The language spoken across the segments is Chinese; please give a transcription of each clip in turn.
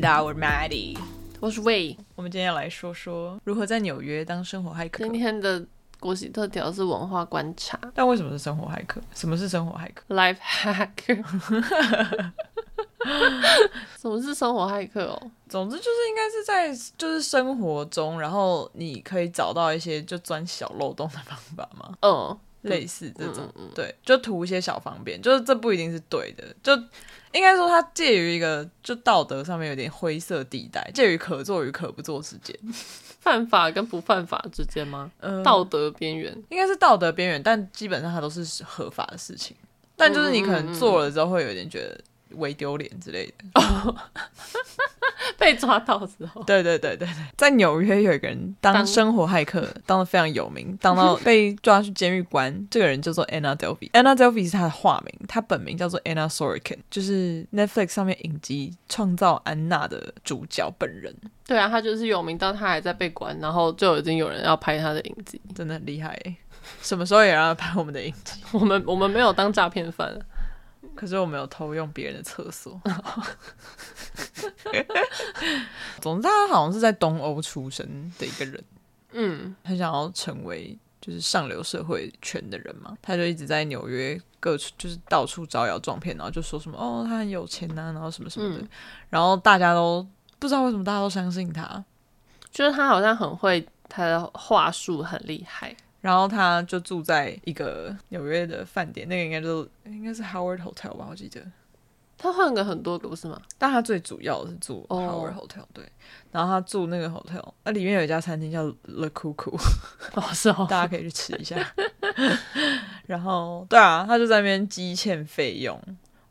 家，我是 Maddie。我是魏。我们今天要来说说如何在纽约当生活骇客今。天的国际特调是文化观察但为什么是生活骇客？什么是生活骇客？ ，Life Hack。什么是生活骇客哦？总之就是应该是在就是生活中，然后你可以找到一些就钻小漏洞的方法吗？嗯，类似这种，嗯嗯对，就图一些小方便，就是这不一定是对的，就应该说它介于一个就道德上面有点灰色地带，介于可做与可不做之间。犯法跟不犯法之间吗？呃道德边缘。应该是道德边缘，但基本上它都是合法的事情。但就是你可能做了之后，会有点觉得微丢脸之类的。被抓到之后，对对对对对，在纽约有一个人当当生活骇客，当的非常有名，当到被抓去监狱关。这个人叫做 Anna Delvey。Anna Delvey 是他的化名，他本名叫做 Anna Sorokin，就是 Netflix 上面影集《创造安娜》的主角本人，对啊，他就是有名到他还在被关，然后就已经有人要拍他的影集。真的很厉害耶。什么时候也让他拍我们的影集？我们我们没有当诈骗犯，可是我没有偷用别人的厕所。 总之，他好像是在东欧出生的一个人，嗯，很想要成为就是上流社会圈的人嘛，他就一直在纽约各处就是到处招摇撞骗，然后就说什么哦他很有钱呐、然后什么什么的，嗯然后大家都不知道为什么大家都相信他，就是他好像很会他的话术很厉害，然后他就住在一个纽约的饭店，那个应该就是应该是 Howard Hotel 吧，我记得，他换个很多个不是吗？但他最主要的是住哦 Howard Hotel，、对。然后他住那个 hotel，那里面有一家餐厅叫 Le Cuckoo，哦，是哦，大家可以去吃一下。 然后，对啊，他就在那边积欠费用，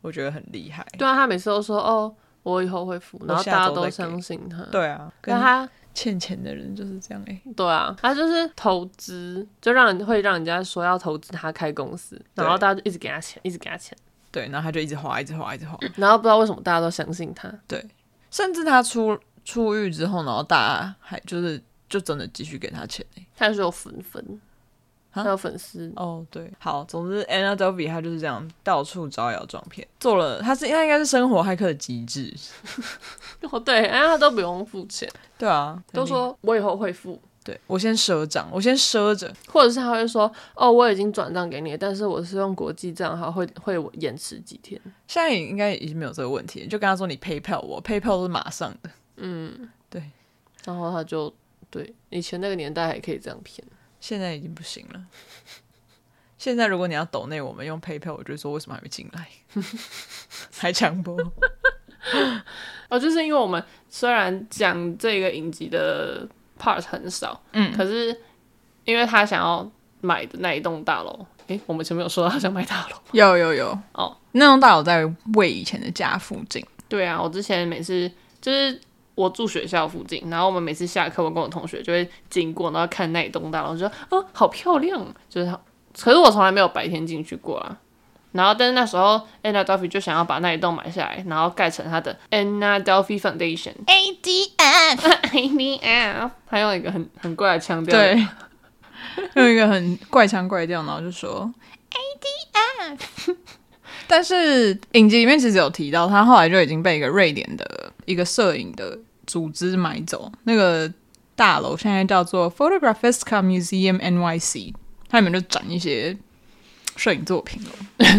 我觉得很厉害。对啊，他每次都说哦，我以后会付，然后大下周家再都给相信他。对啊，跟但他欠钱的人就是这样哎、对啊，他就是投资，就让人会让人家说要投资他开公司，对然后大家就一直给他钱，一直给他钱，对，然后他就一直花，一直花，一直花。然后不知道为什么大家都相信他。甚至他出出狱之后，然后大家还就是就真的继续给他钱哎、他就是有粉粉，啊他有粉丝，哦，对，好，总之 Anna Delvey 她就是这样到处招摇撞骗，做了，她是她应该是生活骇客的极致，哦对，哎，他都不用付钱，对啊，都说我以后会付，对我先赊账，我先赊着，或者是他会说哦，我已经转账给你了，但是我是用国际账号，会会延迟几天。现在应该已经没有这个问题，就跟他说你 PayPal 我，PayPal 都是马上的，嗯，对，然后他就对以前那个年代还可以这样骗。现在已经不行了。现在如果你要抖内我们用 PayPal，我就说为什么还没进来， 还强迫，哦，就是因为我们虽然讲这个影集的 part 很少，嗯，可是因为他想要买的那一栋大楼，诶，我们前面有说他想买大楼，有有有，哦，那栋大楼在魏以前的家附近，对啊，我之前每次就是我住学校附近，然后我们每次下课，我跟我同学就会经过，然后看那一栋大楼，就说哦，好漂亮，就是好。可是我从来没有白天进去过啦。然后，但是那时候 Anna Delphi 就想要把那一栋买下来，然后盖成他的 Anna Delphi Foundation ADF，ADF，他用一个很很怪的腔调，，对，用一个很怪腔怪调，然后就说 ADF。但 是影集里面其实有提到，他后来就已经被一个瑞典的一个摄影的组织买走，那个大楼现在叫做 Photographiska Museum NYC，它里面就展一些摄影作品了。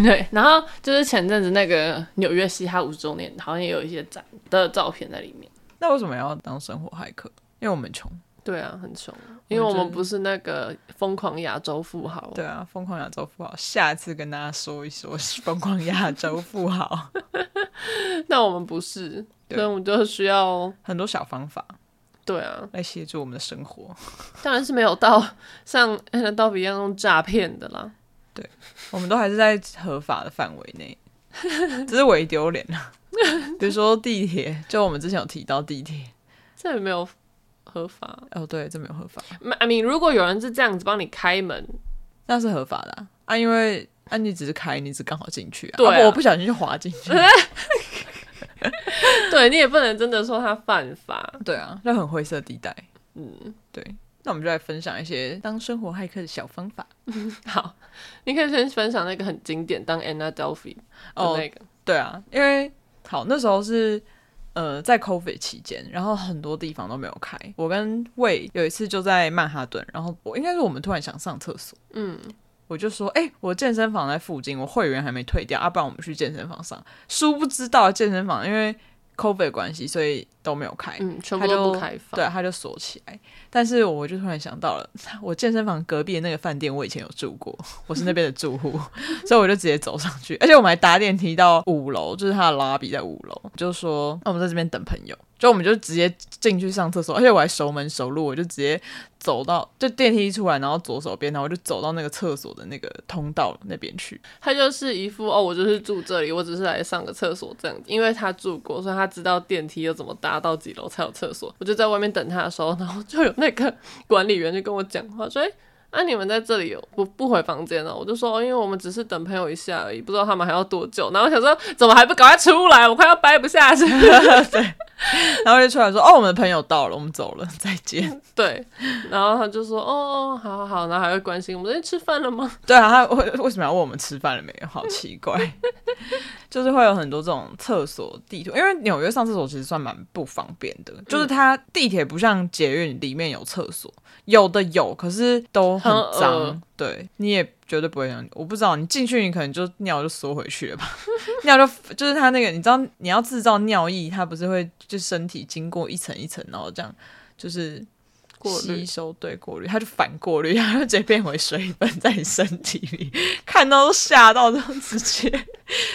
对，然后就是前阵子那个纽约嘻哈五十周年，好像也有一些展的照片在里面。那为什么要当生活骇客？因为我们穷。对啊，很穷啊，因为我们不是那个疯狂亚洲富豪。对啊，疯狂亚洲富豪，下次跟大家说一说是疯狂亚洲富豪， 那我们不是，对所以我们就需要，很多小方法对啊，来协助我们的生活。 当然是没有到像 Anna Delvey 一样用诈骗的啦。我们都还是在合法的范围内， 只是为丢脸啊。 比如说地铁，就我们之前有提到地铁，这也没有合法。哦，对，这没有合法， I mean，如果有人是这样子帮你开门， 那是合法的啊，啊因为啊，你只是开，你只刚好进去啊，对啊啊不我不小心就滑进 去，对你也不能真的说他犯法。对啊，那很灰色地带，嗯，对。那我们就来分享一些当生活骇客的小方法好，你可以先分享那个很经典当 Anna Delvey 的哦那个。对啊，因为好那时候是呃，在 COVID 期间，然后很多地方都没有开。我跟魏有一次就在曼哈顿，然后我应该是我们突然想上厕所，嗯，我就说，哎、我健身房在附近，我会员还没退掉，啊，不然我们去健身房上。殊不知道健身房因为 COVID 关系，所以都没有开，嗯，全部都不开放。对，，他就锁起来。但是我就突然想到了， 我健身房隔壁的那个饭店，我以前有住过， 我是那边的住户， 所以我就直接走上去，而且我们还搭电梯到五楼，就是他的拉比在五楼，就说、哦那我们在这边等朋友，就我们就直接进去上厕所，而且我还熟门熟路，我就直接走到就电梯一出来，然后左手边，然后我就走到那个厕所的那个通道那边去，他就是一副哦，我就是住这里，我只是来上个厕所这样子。因为他住过，所以他知道电梯要怎么搭到几楼才有厕所。我就在外面等他的时候，然后就有那个 管理员就跟我讲话说：“哎、啊，你们在这里有不不回房间哦？”我就说：“哦，因为我们只是等朋友一下而已，不知道他们还要多久。”然后我想说，怎么还不赶快出来？我快要掰不下去。然后就出来说哦，我们的朋友到了，我们走了， 再见。 对，然后他就说：“哦，好好好。”然后还会关心我们：“哎、吃饭了吗对啊，他为为什么要问我们吃饭了没有？好奇怪， 就是会有很多这种厕所地图，因为纽约上厕所其实算蛮不方便的，嗯就是它地铁不像捷运里面有厕所，有的有，可是都很很脏，恶对，你也绝对不会想，我不知道你进去你可能就尿就缩回去了吧， 尿就就是它那个，你知道你要制造尿液，它不是会就身体经过一层一层，然后这样就是。过滤吸收对过滤，它就反过滤， 它就直接变回水分在你身体里， 看到都吓到，都直接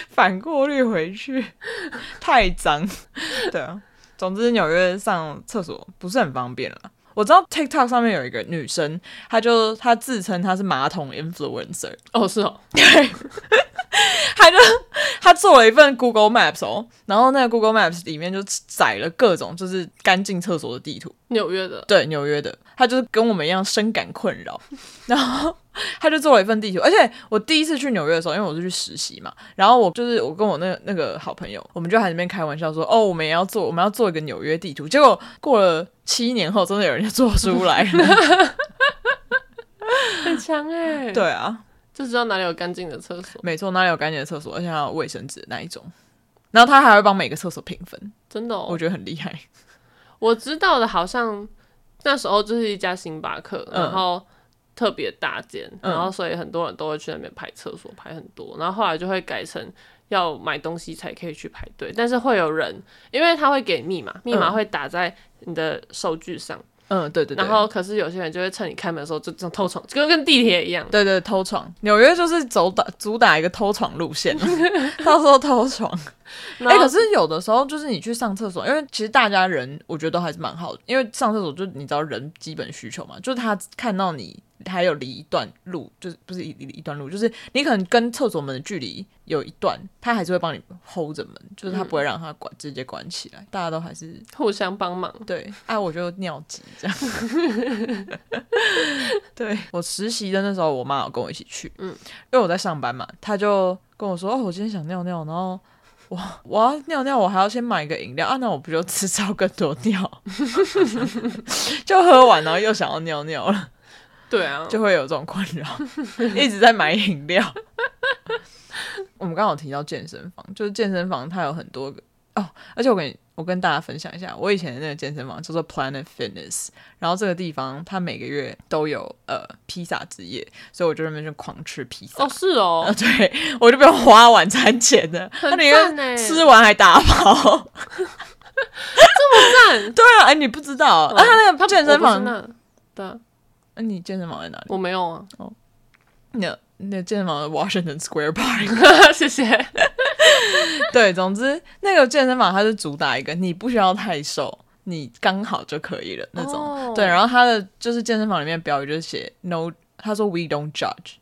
反过滤回去， 太脏。对啊，总之纽约上厕所不是很方便了。我知道 TikTok 上面有一个女生，她就她自称她是马桶 influencer，？” 哦，是哦，她就她做了一份 Google Maps 哦，然后那个 Google Maps 里面就载了各种就是干净厕所的地图，纽约的。对，纽约的，他就是跟我们一样深感困扰， 然后他就做了一份地图，而且我第一次去纽约的时候，因为我是去实习嘛，然后我就是我跟我那个那个好朋友，我们就还在那边开玩笑说，哦，我们也要做，我们要做一个纽约地图，结果过了七年后，真的有人就做出来了，很强哎、， 对啊，就知道哪里有干净的厕所，没错，哪里有干净的厕所，而且还有卫生纸那一种。然后他还会帮每个厕所评分，真的、哦。我觉得很厉害。我知道的，好像那时候就是一家星巴克，嗯然后特别大间，嗯然后所以很多人都会去那边排厕所，排很多，然后后来就会改成要买东西才可以去排队，但是会有人，因为他会给密码，密码会打在你的收据上，嗯，对对对。然后可是有些人就会趁你开门的时候就这样偷闯，就跟地铁一样。对对，偷闯，纽约就是走打主打一个偷闯路 线，到时候偷闯。然哎、后可是有的时候就是你去上厕所，因为其实大家人我觉得都还是蛮好的，因为上厕所就你知道人基本需求嘛，就是他看到你还有离一段路，就是不是一一段路，就是你可能跟厕所门的距离有一段，他还是会帮你 hold 着门，就是他不嗯会让他关、直接关起来，大家都还是互相帮忙，对，啊，我就尿急这样。对我实习的那时候，我妈有跟我一起去，嗯，因为我在上班嘛，她就跟我说，哦，我今天想尿尿，然后我我要尿尿，我还要先买一个饮料啊，那我不就制造更多尿？ 就喝完然后又想要尿尿了，对啊，就会有这种困扰， 一直在买饮料。 我们刚好提到健身房，就是健身房它有很多个哦，而且我跟你我跟大家分享一下，我以前的那个健身房叫做 Planet Fitness，然后这个地方它每个月都有呃披萨之夜，所以我就在那边就狂吃披萨。哦是哦啊，， 对，我就不用花晚餐钱的，他很宁赞愿哎，吃完还打包。 赞， 嗯对啊，哎、你不知道，啊，他那个健身哦我不是房，那对啊，啊你健身房在哪里？我没有啊， 你的你的健身房在 Washington Square Park。 谢谢。对，总之那个健身房它是主打一个你不需要太瘦，你刚好就可以了那种。哦对，然后它的就是健身房里面的标语就是写 “no”，他说 “we don't judge”。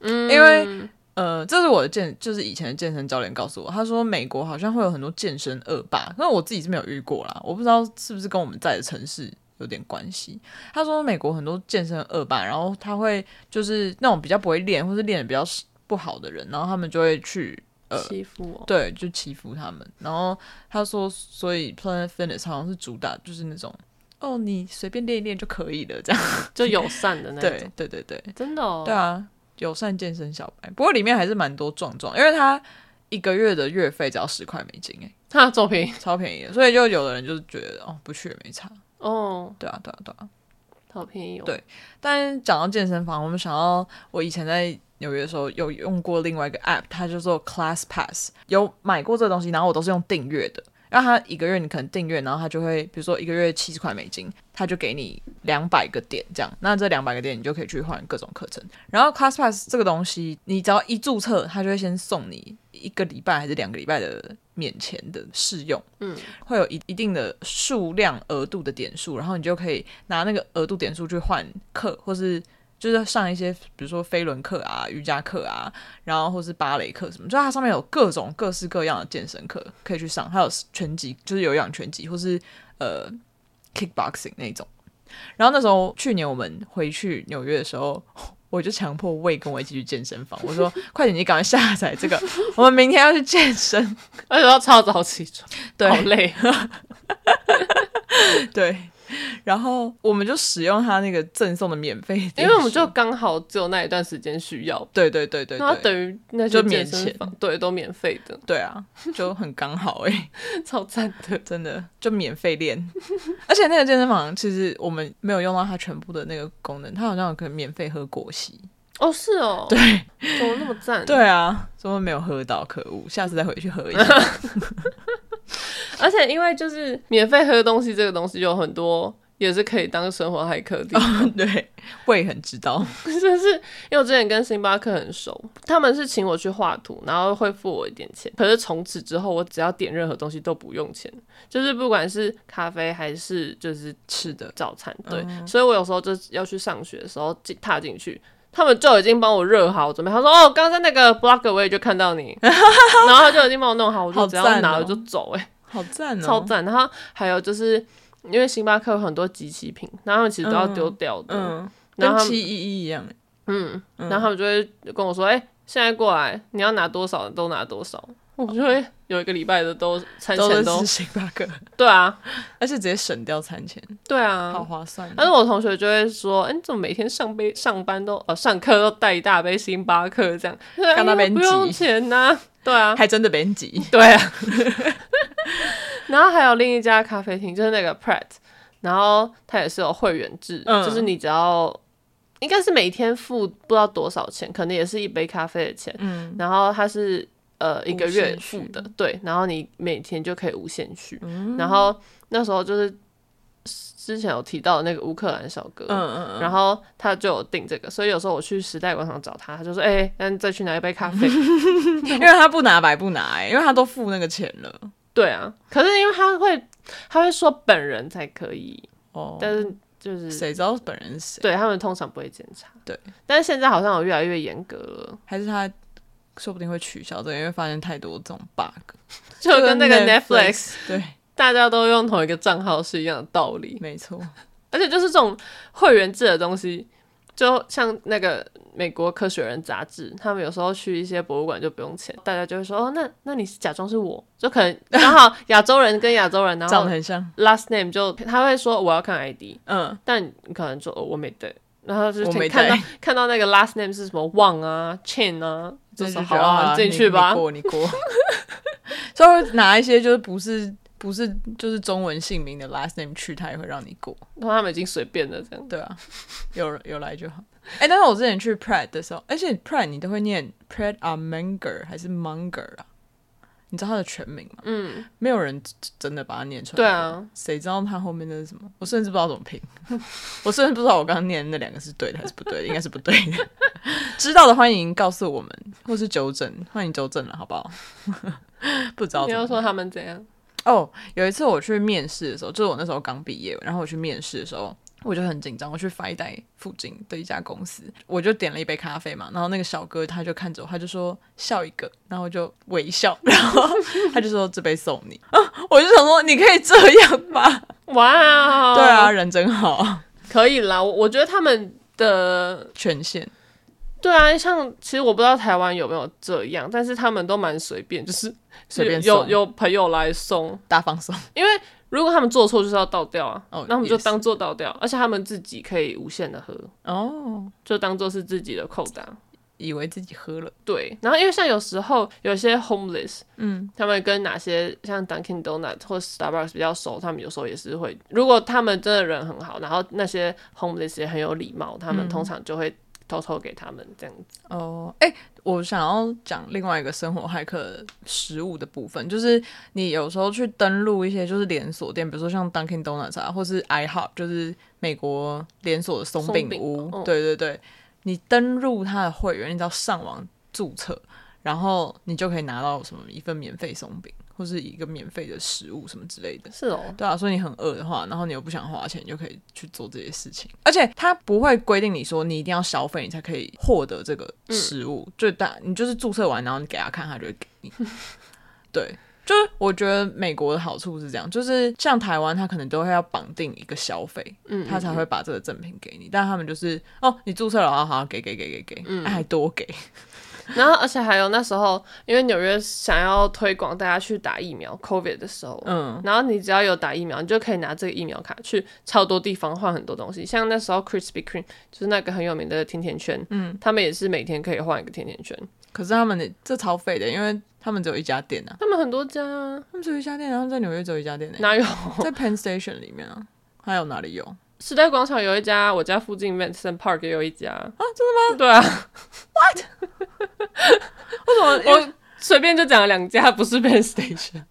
嗯因为呃，这是我的健，就是以前的健身教练告诉我，他说美国好像会有很多健身恶霸，但我自己是没有遇过啦，我不知道是不是跟我们在的城市有点关系。他说美国很多健身恶霸，然后他会就是那种比较不会练，或是练的比较不好的人，然后他们就会去呃欺负我，对，就欺负他们。然后他说，所以 Planet Fitness 好像是主打就是那种，哦，你随便练一练就可以了，这样。就友善的那种，对对对对，真的哦。对啊，友善健身小白。不过里面还是蛮多壮壮，因为他一个月的月费只要十块美金、欸，哈，这么便宜超便宜的，所以就有的人就是觉得哦，不去也没差。哦，对啊，对啊，对啊。好便宜哦。对但讲到健身房，我们想到我以前在纽约的时候有用过另外一个 app，它叫做 Class Pass，有买过这个东西，然后我都是用订阅的。然后它一个月你可能订阅，然后它就会，比如说一个月七十块美金，它就给你两百个点这样。那这两百个点你就可以去换各种课程。然后 Class Pass 这个东西，你只要一注册，它就会先送你一个礼拜还是两个礼拜的免钱的试用。会有一一定的数量额度的点数，然后你就可以拿那个额度点数去换课，或是就是上一些比如说飞轮课啊、瑜伽课啊，然后或是芭蕾课什么，就它上面有各种各式各样的健身课可以去上，还有拳击，就是有氧拳击或是呃 kickboxing 那种。然后那时候去年我们回去纽约的时候。我就强迫魏跟我一起去健身房，我说：“ 快点，你赶快下载这个，我们明天要去健身。而且要超早起床，对好 累。对，然后我们就使用他那个赠送的免费点数，因为我们就刚好只有那一段时间需要，对对对对那对，等于那就些免健身房对都免费 的，对啊，就很刚好哎、超赞的。 真的就免费练。 而且那个健身房其实我们没有用到它全部的那个功能，它好像有可以免费喝果昔。哦，是哦， 对，怎么那么赞？对啊，怎么没有喝到？可恶，下次再回去喝一 下。而且因为就是免费喝东西这个东西有很多。也是可以当生活骇客的地方，对，胃很知道。 就是因为我之前跟星巴克很熟，他们是请我去画图，然后会付我一点钱。可是从此之后，我只要点任何东西都不用钱，就是不管是咖啡还是就是吃的早餐，对，嗯所以我有时候就是要去上学的时候进踏进去，他们就已经帮我热好准备。他说：“哦，刚才那个 blog 我也就看 到你，然后他就已经帮我弄好，我就好只要赞拿哦我就走、欸，哎，好赞哦！超赞。”然后还有就是因为星巴克有很多集齐品，然后他们其实都要丢掉的，嗯，然后跟他七们一一一样欸，嗯，然后他们就会跟我说：“哎、现在过来，你要拿多少都拿多少。”我就会有一个礼拜的都餐都钱是都吃星巴克，对啊，而且直接省掉餐钱，对啊，好划算哦。但是我同学就会说：“哎、你怎么每天上杯上班都呃上课都带一大杯星巴克这样？对啊，看到因为边不挤用钱呐、对啊，哦还真的别人挤。对啊。 然后还有另一家咖啡厅，就是那个 Pret，然后它也是有会员制，嗯就是你只要应该是每天付不知道多少钱，可能也是一杯咖啡的钱，嗯，然后它是呃一个月无限续付的，对，然后你每天就可以无限续。嗯然后那时候就是之前有提到的那个乌克兰小哥，嗯嗯嗯，然后他就有订这个，所以有时候我去时代广场找他，他就说：“哎、那你再去拿一杯咖啡。因为他不拿白不拿、欸，因为他都付那个钱了。”对啊，可是因为他会，他会说本人才可以，哦，但是就是谁知道本人是谁？对他们通常不会检查。对，但是现在好像有越来越严格了，还是他说不定会取消这个，因为发现太多这种 bug，就跟那个 Netflix 对，大家都用同一个账号是一样的道理。没错，而且就是这种会员制的东西，就像那个美国科学人杂志，他们有时候去一些博物馆就不用钱，大家就会说哦，那那你是假装是我，就可能刚好亚洲人跟亚洲人，然长后得很像。 last name 就他会说我要看 ID，嗯，但你可能说哦我没对，然后就我没看带到 看到那个 last name 是什么旺啊 Chen 啊，就那是就好觉得啊啊，进你去吧你，过你过。 稍微拿一些就是不是不是就是中文姓名的 last name 去，他也会让你过。然后他们已经随便了这样，对啊，有有来就好。哎、但是我之前去 Pred 的时候，而且 Pred 你都会念 Pred a Manger 还是 Munger 啊？你知道它的全名吗？嗯，没有人真真的把它念出来。对，啊，谁知道它后面那是什么？我甚至不知道怎么拼， 我甚至不知道我刚刚念的那两个是对的还是不对的，应该是不对的。知道的欢迎告诉我们，或是纠正，欢迎纠正了，好不好？ 不知道啊你怎么要说他们怎样，哦，有一次我去面试的时候，就是我那时候刚毕业，然后我去面试的时候，我就很紧张。我去 f i d a 附近的一家公司，我就点了一杯咖啡嘛，然后那个小哥他就看着我，他就说笑一个，然后我就微笑，然后他就说这杯送 你。啊我就想说你可以这样吧，哇，哦对啊，，人真好， 可以啦，我我觉得他们的权限对啊，像其实我不知道台湾有没有这样，但是他们都蛮随便，就是随便有送有朋友来送，大放松，因为如果他们做错就是要倒掉啊，哦那我们就也是当做倒掉，而且他们自己可以无限的喝，哦，就当做是自己的扣打。以为自己喝了。对，然后因为像有时候有些 homeless，嗯，他们跟哪些像 Dunkin Donut 或 Starbucks 比较熟，他们有时候也是会，如果他们真的人很好，然后那些 homeless 也很有礼貌，他们通常就会偷偷给他们这样子。哦，哎，我想要讲另外一个生活骇客食物的部分，就是你有时候去登录一些就是连锁店，比如说像 Dunkin Donuts 啊，或是 IHOP，就是美国连锁的松饼屋松饼哦嗯对对对，你登录它的会员，你只要上网注册，然后你就可以拿到什么一份免费松饼，或是一个免费的食物什么之类的。是哦，对啊，所以你很饿的话，然后你又不想花钱，你就可以去做这些事情。而且它不会规定你说你一定要消费你才可以获得这个食物，就大你就是注册完，然后你给他看，他就会给你。对，就是我觉得美国的好处是这样，就是像台湾，它可能都会要绑定一个消费，嗯，他才会把这个赠品给你。但他们就是哦，你注册了，好好给给给给给，嗯、还多给。然后而且还有那时候，因为纽约想要推广大家去打疫苗，COVID 的时候，嗯，然后你只要有打疫苗，你就可以拿这个疫苗卡去超多地方换很多东西。像那时候 Krispy Kreme 就是那个很有名的甜甜圈，嗯，他们也是每天可以换一个甜甜圈。可是他们的这超费的，因为他们只有一家店啊，他们很多家啊，他们只有一家店，然后在纽约只有一家店呢、哪有？ 在 Penn Station 里面啊，还有哪里有？时代广场有一家，我家附近 Vincent Park 也有一家啊，真的吗？对啊，What？为什么我随便就讲了两家，不是 Penn Station？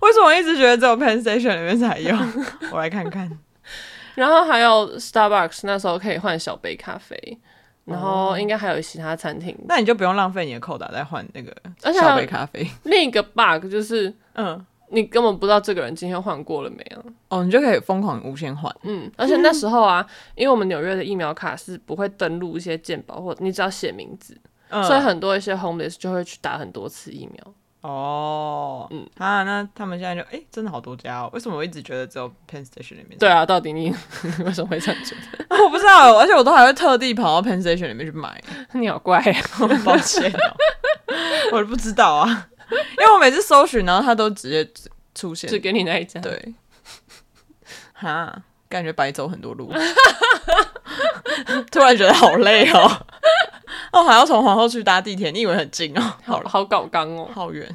为什么我一直觉得只有 Penn Station 里面才 有？我来看看。然后还有 Starbucks，那时候可以换小杯咖啡，然后应该还有其他餐厅。那你就不用浪费你的扣打再换那个而且小还杯有咖啡。另一个 bug 就是嗯，你根本不知道这个人今天换过了没有。哦，你就可以疯狂无限换。嗯，而且那时候啊，因为我们纽约的疫苗卡是不会登录一些健保，或你只要写名字，嗯，所以很多一些 homeless 就会去打很多次疫苗。哦，嗯嗯啊，那他们现在就哎、真的好多家哦。为什么我一直觉得只有 Penn Station 里面？对，啊，到底你 为什么会这样觉得？我不知道，而且我都还会特地跑到 Penn Station 里面去买。 你好怪、啊， 抱歉 哦，我不知道啊，因为我每次搜寻，然后它都直接出现只给你那一家。，对，哈，感觉白走很多路， 突然觉得好累哦。哦，还要从皇后区搭地铁，你以为很近哦？好好好搞刚哦，好远，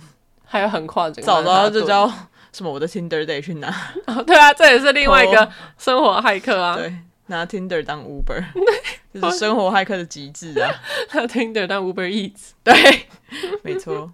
还有横跨整个早知曼哈道顿就叫什么我的 Tinder Day 去拿，对啊，这也是另外一个生活骇客啊。哦对，拿 Tinder 当 Uber，就是生活骇客的极致啊！他 Tinder 但 Uber Eats 对，没错，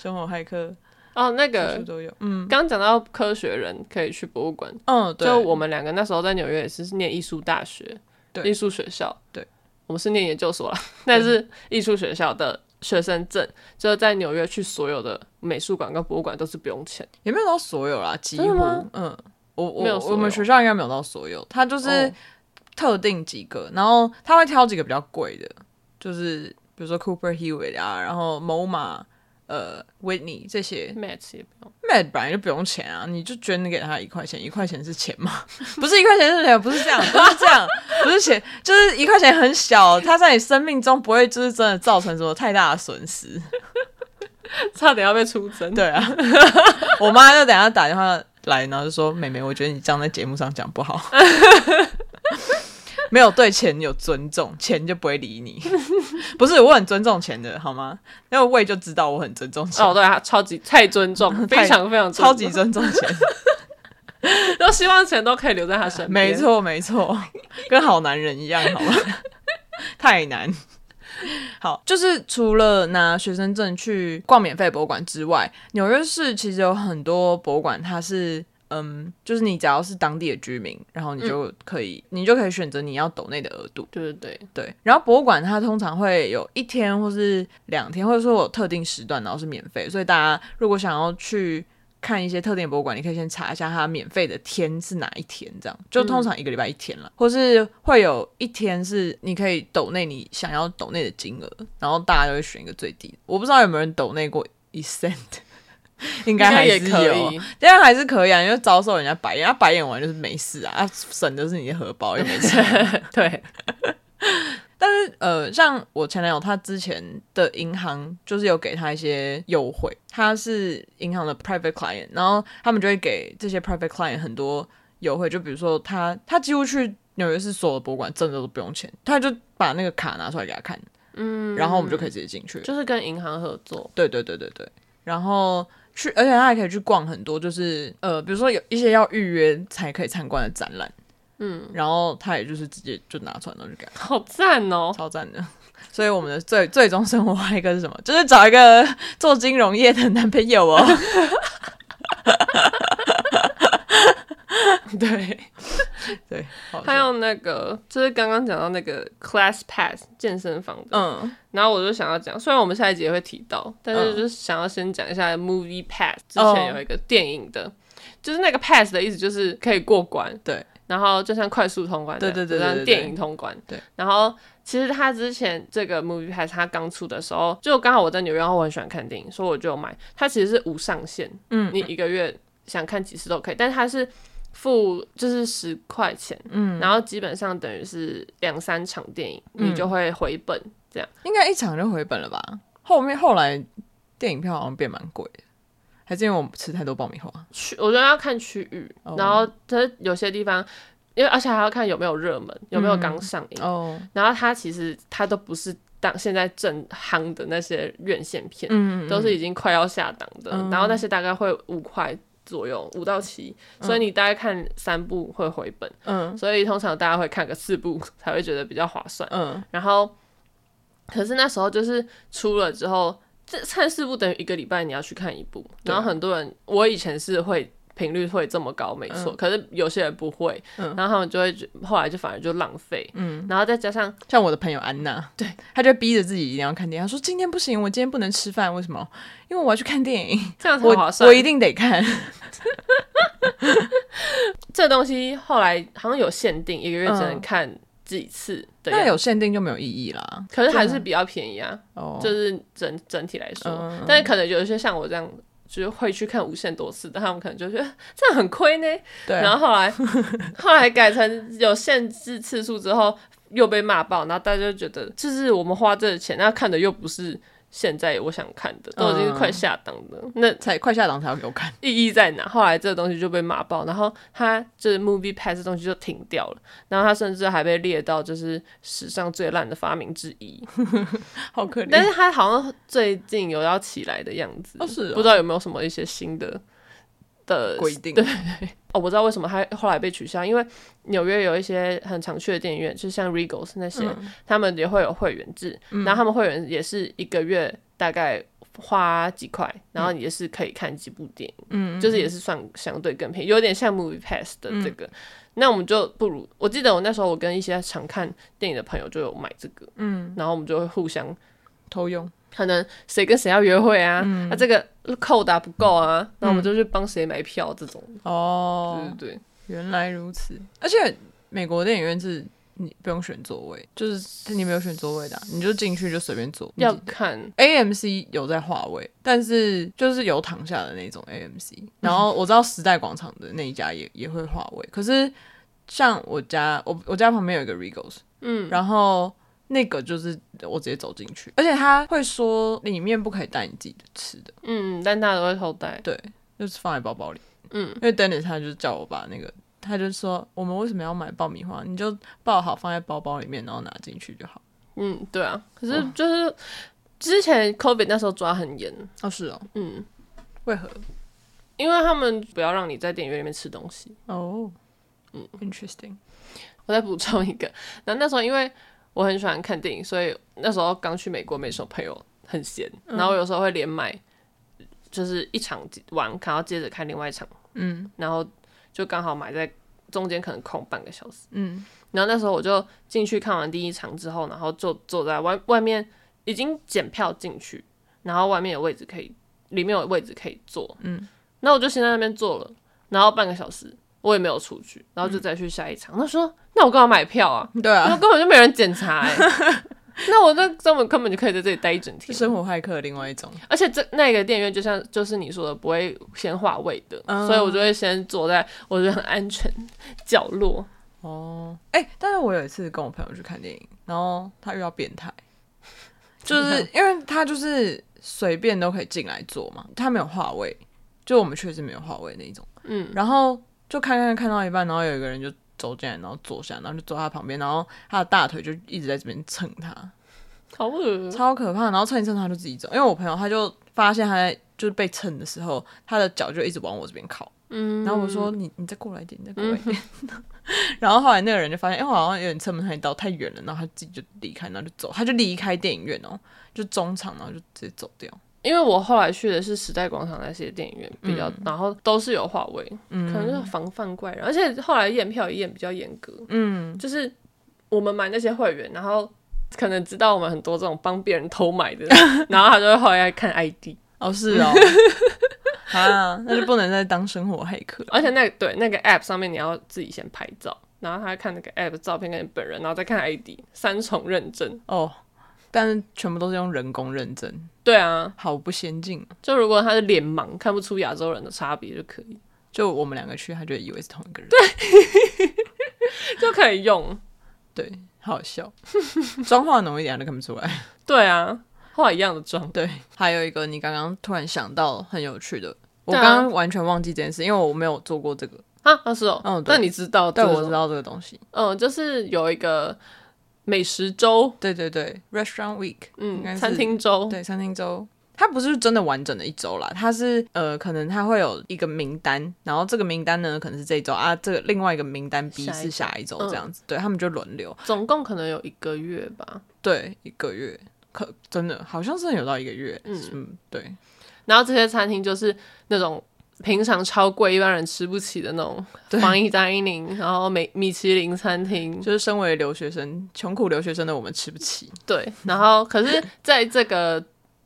生活骇客哦，那到个处都有，嗯刚讲到科学人可以去博物馆，嗯，对，就我们两个那时候在纽约也是念艺术大学，对艺术学校，对，我们是念研究所啦，但是艺术学校的学生证，就是在纽约去所有的美术馆跟博物馆都是不用钱，也没有到所有啦，几乎真的吗，嗯，我我没有所有我们学校应该没有到所有，他就是哦特定几个，然后他会挑几个比较贵的，就是比如说 Cooper Hewitt 啊，然后 MoMA。呃，Whitney 这些 match 也不用。 ，Mad 本来就不用钱啊，你就捐给他一块钱，一块钱是钱吗？ 不是一块钱是钱，不是这样，不是这样， 不是钱，就是一块钱很小，它在你生命中不会就是真的造成什么太大的损失。 差点要被出 征。对 啊，我妈就等一下打电话来，然后就说：“妹妹，我觉得你这样在节目上讲不好， 没有对钱有尊重，钱就不会理 你。不是，我很尊重钱的，好吗？那为就知道我很尊重钱，哦，对啊，超级太尊重， 太非常非常尊重超级，尊重钱。 都希望钱都可以留在他身边。没，错，没错， 跟好男人一样，好吗？太难。好，就是除了拿学生证去逛免费博物馆之外，纽约市其实有很多博物馆，它是嗯，就是你只要是当地的居民，然后你嗯就可以，你就可以选择你要抖内的额度。对对对，对，然后博物馆它通常会有一天或是两天，或者说有特定时段，然后是免费，所以大家如果想要去看一些特定的博物馆，你可以先查一下它免费的天是哪一天，这样就嗯通常一个礼拜一天了，或是会有一天是你可以抖内你想要抖内的金额，然后大家就会选一个最低的。我不知道有没有人抖内过一 cent，应该还也是可有， 以。这样还是可以啊，因为遭受人家白眼，他白眼完就是没事啊，啊省的是你的荷包又没 事。对，呃，像我前男友他之前的银行就是有给他一些优惠，他是银行的 private client，然后他们就会给这些 private client 很多优惠，就比如说他他几乎去纽约市所有的博物馆真的都不用钱，他就把那个卡拿出来给他看，嗯，然后我们就可以直接进去了。就是跟银行合作，对对对对对，然后去，而且他还可以去逛很多，就是呃，比如说有一些要预约才可以参观的展览，嗯，然后他也就是直接就拿出来然后就给他，好 赞哦！超赞的。所以我们的最最终生活还有一个是什么？就是找一个做金融业的男朋友 哦。对，对，好还有那个就是刚刚讲到那个 Class Pass 健身房的，嗯，然后我就想要讲，虽然我们下一集也会提到，但是嗯就是想要先讲一下 Movie Pass，之哦前有一个电影的，就是那个 Pass 的意思就是可以过关，对，然后就像快速通关这样，对对对就对像对电影通关，对。然后其实他之前这个 Movie Pass 他刚出的时候，就刚好我在纽约，然后我很喜欢看电影，所以我就有买。它其实是无上限，嗯你一个月想看几次都可以，但它是。付就是十块钱，嗯，然后基本上等于是两三场电影，嗯你就会回本这样。应该一场就回本了吧？后面后来电影票好像变蛮贵的，还是因为我吃太多爆米花。区，我觉得要看区域，哦然后它有些地方，因为而且还要看有没有热门，有没有刚上映。嗯哦，然后它其实它都不是当现在正夯的那些院线片，嗯，都是已经快要下档的。嗯然后那些大概会五块左右，五到七，所以你大概看三部会回本，嗯所以通常大家会看个四部 才会觉得比较划算。嗯，然后，可是那时候就是出了之后，这看四部等于一个礼拜你要去看一部，对啊然后很多人，我以前是会。频率会这么高，没错。可是有些人不会，嗯然后他们就会觉后来就反而就浪费，嗯。然后再加上像我的朋友安娜，对，她就逼着自己一定要看电影。她说今天不行，我今天不能吃饭，为什么？因为我要去看电影，这样才我划算。我一定得看。这东西后来好像有限定，一个月只能看几次的样那子。有限定就没有意义啦。可是还是比较便宜啊。哦，就是整整体来说，嗯但是可能有一些像我这样，就是会去看无限多次的，他们可能就觉得这样很亏呢。对啊然后后来后来改成有限制次数之后，又被骂爆，然后大家就觉得，就是我们花这个钱，那看的又不是现在我想看的，都已经是嗯快下档的，那才快下档才要给我看。意义在哪？后来这个东西就被骂爆，然后它就是 Movie Pass 这东西就停掉了，然后它甚至还被列到就是史上最烂的发明之一。好可怜。但是它好像最近有要起来的样子，哦是哦不知道有没有什么一些新的的规定对，哦，我知道为什么它后来被取消，因为纽约有一些很常去的电影院，就像 Regals 那些，他们也会有会员制，然后他们会员也是一个月大概花几块，然后也是可以看几部电影，嗯，就是也是算相对更便宜，有点像 Movie Pass 的这个。那我们就不如，我记得我那时候我跟一些常看电影的朋友就有买这个，嗯，然后我们就会互相偷用，可能谁跟谁要约会啊，那、这个扣打不够啊，那我们就去帮谁买票这种，哦，对对原来如此。而且美国电影院是你不用选座位，就是你没有选座位的啊、你就进去就随便坐。对，要看 AMC 有在划位，但是就是有躺下的那种 AMC。然后我知道时代广场的那一家也也会划位，可是像我家我我家旁边有一个 Regals，嗯，然后那个就是我直接走进去，而且他会说里面不可以带你自己的吃的，嗯，但大家都会偷带，对，就是放在包包里，嗯，因为 Dennis 他就叫我把那个。他就说：“我们为什么要买爆米花？你就爆好放在包包里面，然后拿进去就好。嗯，对啊，可是就是、之前 COVID 那时候抓很严，”哦，是哦，嗯，为何？因为他们不要让你在电影院里面吃东西。哦，嗯，interesting。我再补充一个，然后那时候因为我很喜欢看电影，所以那时候刚去美国没什么朋友，很闲，然后有时候会连买，就是一场玩，然后接着看另外一场，嗯，然后就刚好买在中间可能空半个小时，嗯，然后那时候我就进去看完第一场之后，然后就坐在外外面已经检票进去，然后外面有位置可以，里面有位置可以坐，嗯，那我就先在那边坐了，然后半个小时我也没有出去，然后就再去下一场。他说：“那我干嘛买票啊？对啊，那根本就没人检查、欸，那我那根本根本就可以在这里待一整是天。生活骇客另外一种，而且这那个电影院就像就是你说的不会先划位的，所以我就会先坐在我觉得很安全角落。哎、但是我有一次跟我朋友去看电影，然后他遇到变态，就是因为他就是随便都可以进来坐嘛，他没有话位，就我们确实没有话位那一种，嗯，然后就看看看到一半，然后有一个人就走进来，然后坐下，然后就坐他旁边，然后他的大腿就一直在这边蹭他，好恶超可怕。然后蹭一蹭他就自己走，因为我朋友他就发现他在就是被蹭的时候，他的脚就一直往我这边靠。嗯然后我说你你再过来一点，你再过来一点。 然后后来那个人就发现，哎、我好像有点撑不太到，太远了，然后他自己就离开，然后就走，他就离开电影院哦，就中场，然后就直接走掉。因为我后来去的是时代广场那些电影院比较，然后都是有话位，可能就是防范怪人，而且后来验票也验比较严格，嗯，就是我们买那些会员，然后可能知道我们很多这种帮别人偷买的， 然后他就会后来看 ID，哦是 哦，啊，那就不能再当生活黑客了。而且那对那个 app 上面你要自己先拍照，然后他看那个 app 的照片跟你本人，然后再看 ID，三重认证。哦，但是全部都是用人工认证，对啊，好不先进啊。就如果他是脸盲，看不出亚洲人的差别就可以，就我们两个去，他就以为是同一个人，就可以用。对，好好 笑。妆化浓一点，他就啊看不出来。对啊，化一样的妆。对，还有一个你刚刚突然想到很有趣的，我对刚啊刚完全忘记这件事，因为我没有做过这个，啊，那是哦，嗯对那你知道？但这我种知，道这个东西。嗯，就是有一个美食周，对对对，Restaurant Week，应该嗯，是餐厅周，对，餐厅周。它不是真的完整的一周啦，它是呃，可能它会有一个名单，然后这个名单呢可能是这一周啊，这个另外一个名单 B 下一是下一周嗯这样子，对他们就轮流，总共可能有一个月吧。对，一个月，可真的好像是有到一个月，嗯嗯，对，然后这些餐厅就是那种平常超贵，一般人吃不起的那种防疫 dining，然后美米其林餐厅，就是身为留学生，穷苦留学生的我们吃不起，对。然后可是在这个。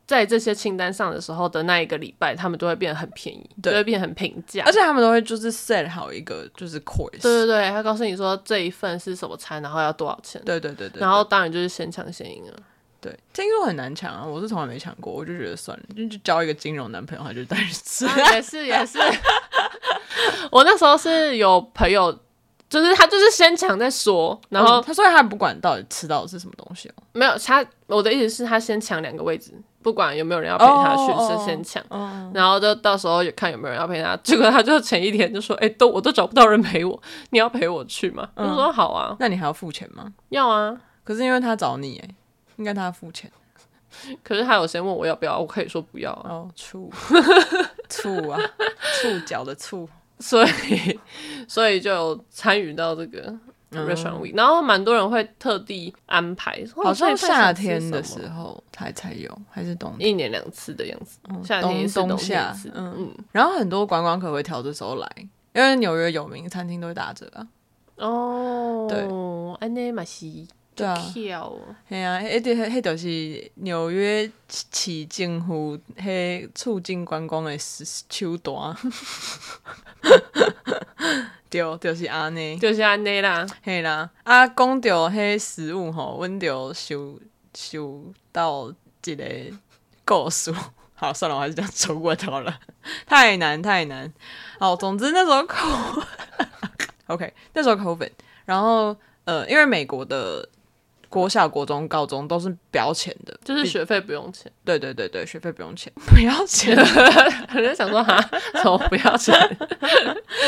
在这些清单上的时候的那一个礼拜，他们都会变得很便宜，对就会变得很平价，而且他们都会就是 set 好一个就是 course，对对对，他告诉你说这一份是什么餐，然后要多少钱，对对对对，然后当然就是先抢先赢啊了。对，听说很难抢啊，我是从来没抢过，我就觉得算了，就就交一个金融男朋友，他就带着吃，啊、也是也是， 我那时候是有朋友，就是他就是先抢再说，然后、嗯他所以他不管到底吃到的是什么东西哦，没有他，我的意思是，他先抢两个位置，不管有没有人要陪他去，哦哦是先抢。嗯，然后就到时候也看有没有人要陪他， 结果他就前一天就说：“哎、都我都找不到人陪我，你要陪我去吗？”嗯我说：“好啊，那你还要付钱吗？要啊。可是因为他找你哎，应该他付钱”可是他有先问我要不要，我可以说不要啊。哦，醋 醋啊，触角的醋， 所以所以就有参与到这个嗯 restaurant week，、然后蛮多人会特地安排，好像我现在想夏吃天什的么时候才才有，还是冬天？一年两次的样子，夏天冬一次，冬嗯冬天夏一次，，嗯。嗯，然后很多观光客会挑这时候来，因为纽约有名餐厅都会打折啊。哦，对，安内马西对啊，跳哦。嘿啊，迄迄迄就是纽约市政府迄促进观光的手段。对，就是安尼。就是安内啦，嘿啦，啊，讲到迄食物吼，阮就想想到一个故事。好，算了，我还是讲中文好了，太难太难。好，总之那时候口，OK，那时候 COVID，然后呃，因为美国的国小、国中、高中都是不要钱的，就是学费不用钱。 对对对对，学费不用钱，不要钱，人家想说哈，怎么不要钱？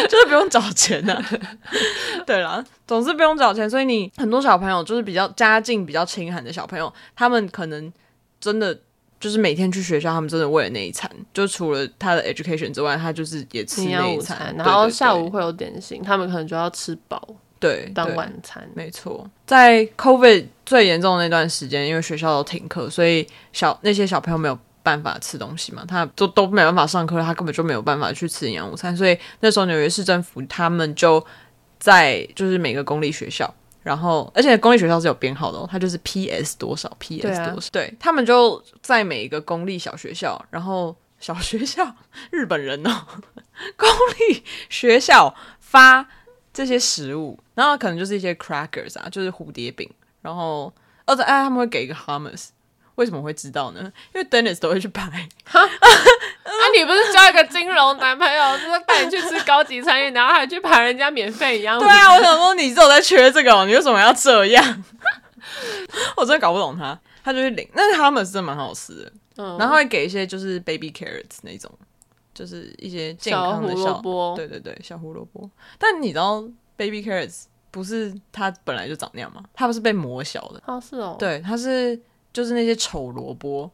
就是不用找钱呐、 对啦，总之不用找钱，所以你很多小朋友就是比较家境比较清寒的小朋友，他们可能真的就是每天去学校，他们真的为了那一餐，就除了他的 education 之外，他就是也吃营那养一午餐，餐，对然后对下午会有点心，他们可能就要吃饱对当。对晚餐。没错，在 COVID 最严重的那段时间，因为学校都停课，所以小那些小朋友没有办法吃东西嘛，他都都没办法上课，他根本就没有办法去吃营养午餐，所以那时候纽约市政府他们就在就是每个公立学校。然后，而且公立学校是有编号的哦，它就是 PS 多少，PS 对啊多少。对他们就在每一个公立小学校，然后小学校日本人哦，公立学校发这些食物，然后可能就是一些 crackers 啊，就是蝴蝶饼，然后哦，对，哎，他们会给一个 hummus，为什么会知道呢？因为 Dennis 都会去拍， 啊，你不是交一个金融男朋友，就是带你去吃高级餐饮，然后还去排人家免费营养午对餐？啊，我想说你只有在缺这个、哦，你为什么要这样？ 我真的搞不懂他，他就去领，那个 hummus 真的蛮好吃的，嗯然后会给一些就是 baby carrots 那种，就是一些健小康胡的萝卜，对对对，小胡萝卜。但你知道 baby carrots 不是它本来就长那样吗？它不是被磨小的，哦是哦，对，它是就是那些丑萝卜，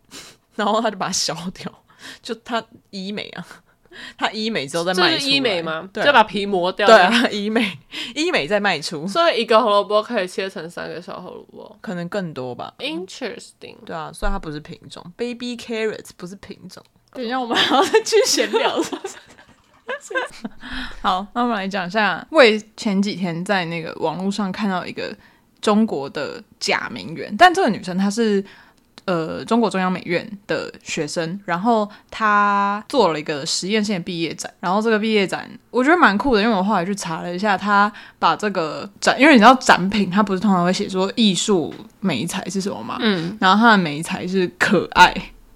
然后他就把它削掉，就他医美啊，他医美之后再卖这出来是医美吗？对就啊，把皮磨掉。对啊，医美医美再卖出，所以一个胡萝卜可以切成三个小胡萝卜。可能更多吧。嗯 Interesting。对啊，所以它不是品种，baby carrots 不是品种。等一下，我们还要再去闲聊。 好，那我们来讲一下，我也前几天在那个网络上看到一个中国的假名媛，但这个女生她是呃中国中央美院的学生，然后她做了一个实验性的毕业展，然后这个毕业展我觉得蛮酷的，因为我后来去查了一下，她把这个展，因为你知道展品它不是通常会写说艺术美材是什么嘛，嗯然后她的美材是可爱，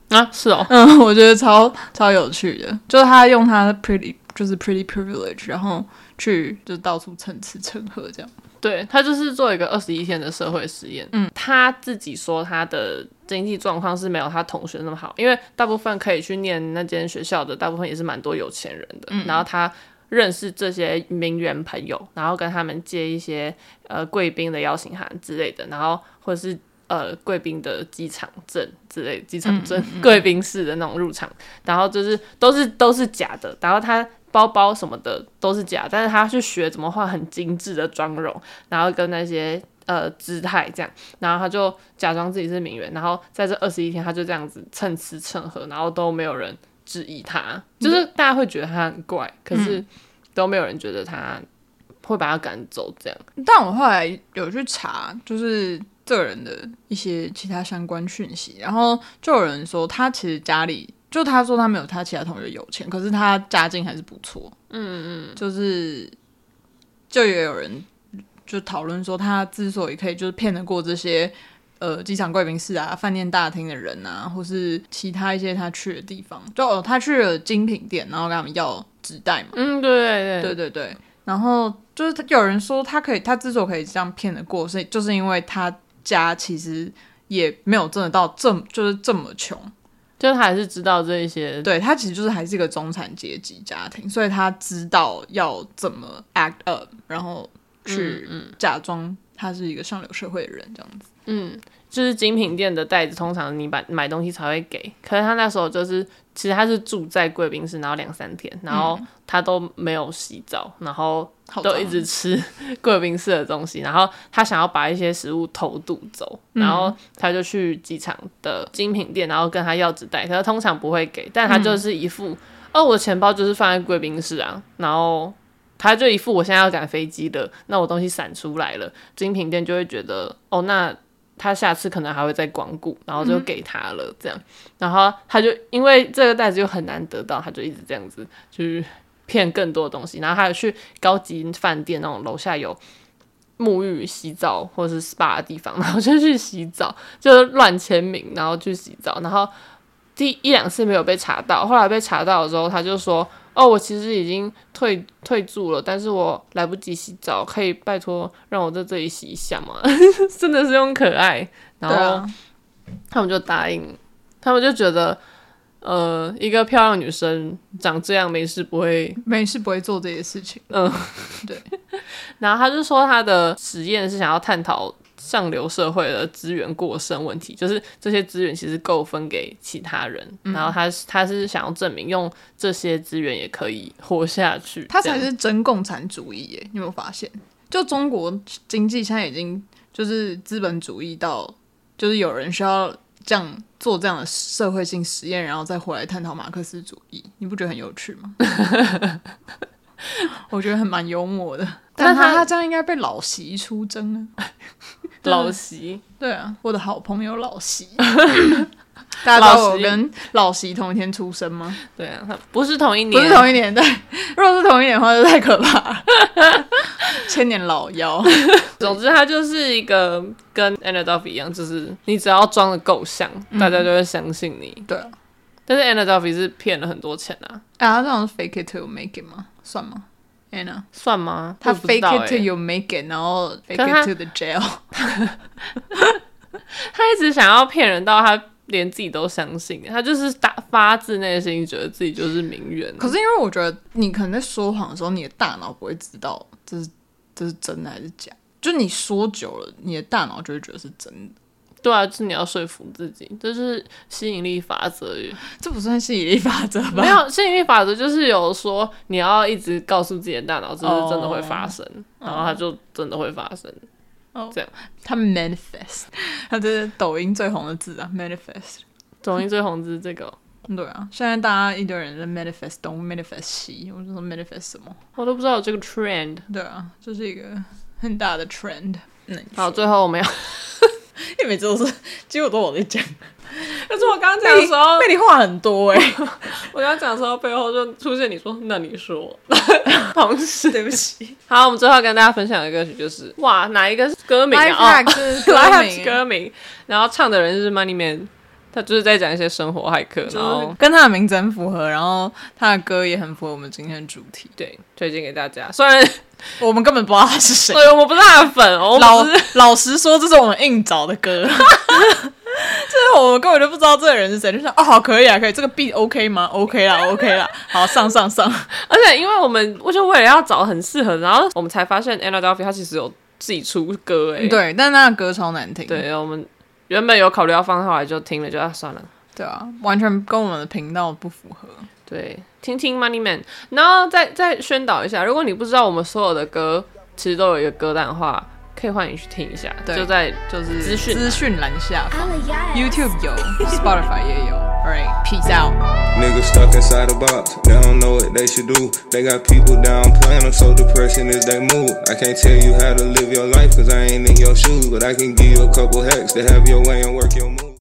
啊，是哦。嗯， 我觉得超超有趣的，就是他用他的 pretty 就是 pretty privilege，然后去就到处蹭吃蹭喝这样。对他就是做一个二十一天的社会实验。嗯，他自己说他的经济状况是没有他同学那么好，因为大部分可以去念那间学校的，大部分也是蛮多有钱人的。然后他认识这些名媛朋友，然后跟他们借一些呃贵宾的邀请函之类的，然后或者是。呃，贵宾的机场证之类，机场证、贵宾室的那种入场，然后就是都是都是假的，然后他包包什么的都是假，但是他去学怎么画很精致的妆容，然后跟那些呃姿态这样，然后他就假装自己是名媛，然后在这二十一天他就这样子蹭吃蹭喝，然后都没有人质疑他，就是大家会觉得他很怪，可是都没有人觉得他会把他赶走这样。但我后来有去查，就是这个人的一些其他相关讯息，然后就有人说他其实家里，就他说他没有他其他同学有钱，可是他家境还是不错。嗯嗯，就是就也有人就讨论说，他之所以可以就是骗得过这些。呃，机场贵宾室啊，饭店大厅的人啊，或是其他一些他去的地方，就、哦、他去了精品店，然后跟他们要纸袋嘛。嗯，对对对对对，然后就是他有人说他可以，他之所以可以这样骗得过，是就是因为他家其实也没有真的到这么就是这么穷，就是他还是知道这一些对他其实就是还是一个中产阶级家庭，所以他知道要怎么 act up，然后去嗯假装他是一个上流社会的人这样子。就是精品店的袋子，通常你买买东西才会给。可是他那时候就是，其实他是住在贵宾室，然后两三天，然后他都没有洗澡，然后好都脏啊一直吃 贵宾室的东西。然后他想要把一些食物偷渡走，然后他就去机场的精品店，然后跟他要纸袋，可是通常不会给，但他就是一副，哦，我的钱包就是放在贵宾室啊，然后。他就一副我现在要赶飞机了，那我东西闪出来了，精品店就会觉得哦，那他下次可能还会再光顾，然后就给他了、这样，然后他就因为这个袋子又很难得到，他就一直这样子去骗更多东西，然后还有去高级饭店那种楼下有沐浴、洗澡或是 SPA 的地方，然后就去洗澡，就是乱签名，然后去洗澡，然后第一两次没有被查到，后来被查到的时候，他就说。哦，我其实已经退退住了，但是我来不及洗澡，可以拜托让我在这里洗一下吗？ 真的是用可爱，然对后啊，他们就答应，他们就觉得，呃，一个漂亮女生长这样没事不会。没事不会做这些事情。然后他就说他的实验是想要探讨上流社会的资源过剩问题，就是这些资源其实够分给其他人，嗯然后他是他是想要证明用这些资源也可以活下去，他才这样是真共产主义耶！你有没有发现？就中国经济现在已经就是资本主义到，就是有人需要这样做这样的社会性实验，然后再回来探讨马克思主义，你不觉得很有趣吗？我觉得很蛮幽默的，但但他他他这样应该被老习出征啊！老习。对啊，我的好朋友老习，大家知道我跟老习同一天出生吗？对啊，他不是同一不年，是同一年代，如果是同一年的话，就太可怕了。千年老 妖，总之，它就是一个跟 Anna Duffy 一样，就是你只要装的够像，嗯大家就会相信你。对啊，但是 Anna Duffy 是骗了很多钱啊，啊，他这种是 fake it till make it 吗？算吗？Anna，算吗？他我不知道 fake it 欸 till you make it，然后 fake 可是他 it to the jail。 他一直想要骗人到他连自己都相信，他就是打发自内心觉得自己就是名媛。可是因为我觉得你可能在说谎的时候，你的大脑不会知道这是这是真的还是假，就你说久了，你的大脑就会觉得是真的。对啊，就是你要说服自己，这就是吸引力法 则。这不算吸引力法则吧？没有吸引力法则，就是有说你要一直告诉自己的大脑，这是真的会发生然后它就真的会发生。他们 manifest，他这是抖音最红的字啊，manifest。抖音最红就是这个，对啊，现在大家一堆人在 manifest 东 manifest 西，我就说 manifest 什么？我都不知道有这个 trend。对啊，这、是一个很大的 trend。好，最后我们要，你每次都是几乎都我在讲， 可是我刚刚讲的时 候，被你话很多 哎、我刚刚讲的时候背后就出现你说，那你说， 同时对不起。好，我们最后跟大家分享的歌曲就是哇，哪一个是歌名 Life 啊？ hack 是 Life 歌 Hack 名，歌名，然后唱的人是 Money Man，他就是在讲一些生活骇客，然就是后跟他的名字很符合，然后他的歌也很符合我们今天的主题。对推荐给大家。虽然我们根本不知道他是谁，对 我们不是他的粉，我们老不是老实说，这是我们硬找的歌， 就是我们根本就不知道这个人是谁，就说哦，好可以啊，可以，这个 beat OK 吗？OK 啦，OK 啦，好上上上，而且因为我们我就为了要找很适合，然后我们才发现 Anna Delphi 她其实有自己出歌哎、对，但那个歌超难听，对，我们原本有考虑要放，后来就听了就啊算了。对啊，完全跟我们的频道不符合。对，听听 Money Man，然后再再宣导一下，如果你不知道我们所有的歌其实都有一个歌单的话，可以欢迎去听一下，对就在就是资讯资讯栏下方 Oh, yes. ，YouTube 有，Spotify 也有，Right，peace out。 Niggas stuck inside a box, they don't know what they should do. They got people down playing them, so depressing is they mood. I can't tell you how to live your life, cause I ain't in your shoes, but I can give you a couple hacks to have your way and work your move.